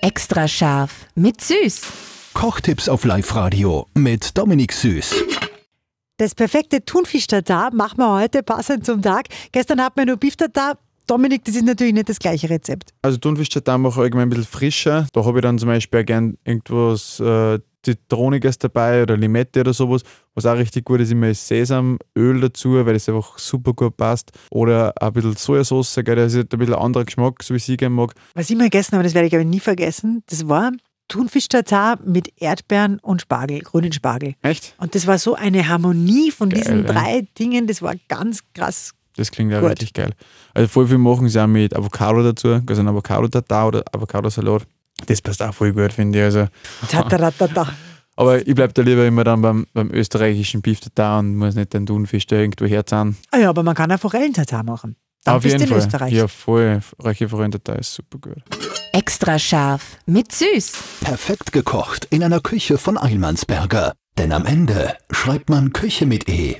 Extra scharf mit Süß. Kochtipps auf Live-Radio mit Dominik Süß. Das perfekte Thunfisch-Tatar machen wir heute passend zum Tag. Gestern hatten wir nur Beef-Tatar. Dominik, das ist natürlich nicht das gleiche Rezept. Also Thunfisch Tatar mache ich allgemein ein bisschen frischer. Da habe ich dann zum Beispiel auch gern irgendwas äh, Zitroniges dabei oder Limette oder sowas. Was auch richtig gut ist, immer ist Sesamöl dazu, weil das einfach super gut passt. Oder auch ein bisschen Sojasauce, gell, das ist ein bisschen ein anderer Geschmack, so wie ich sie gerne mag. Was ich mal gegessen habe, das werde ich aber nie vergessen, das war Thunfisch-Tatar mit Erdbeeren und Spargel, grünen Spargel. Echt? Und das war so eine Harmonie von Geil, diesen ja. drei Dingen, das war ganz krass. Das klingt ja Gut. richtig geil. Also voll viel machen sie auch mit Avocado dazu, also ein Avocado-Tatar oder Avocado-Salat. Das passt auch voll gut, finde ich. Also. Tataratata. Aber ich bleibe da lieber immer dann beim, beim österreichischen Beef Tatar und muss nicht den Thunfisch da irgendwo herzahlen. Ah ja, aber man kann auch Forellentatar machen. Dann Auf bist jeden du in Fall. Österreich. Ja, voll. Reiche Forellen-Tatar ist super gut. Extra scharf mit Süß. Perfekt gekocht in einer Küche von Eilmannsberger. Denn am Ende schreibt man Küche mit E.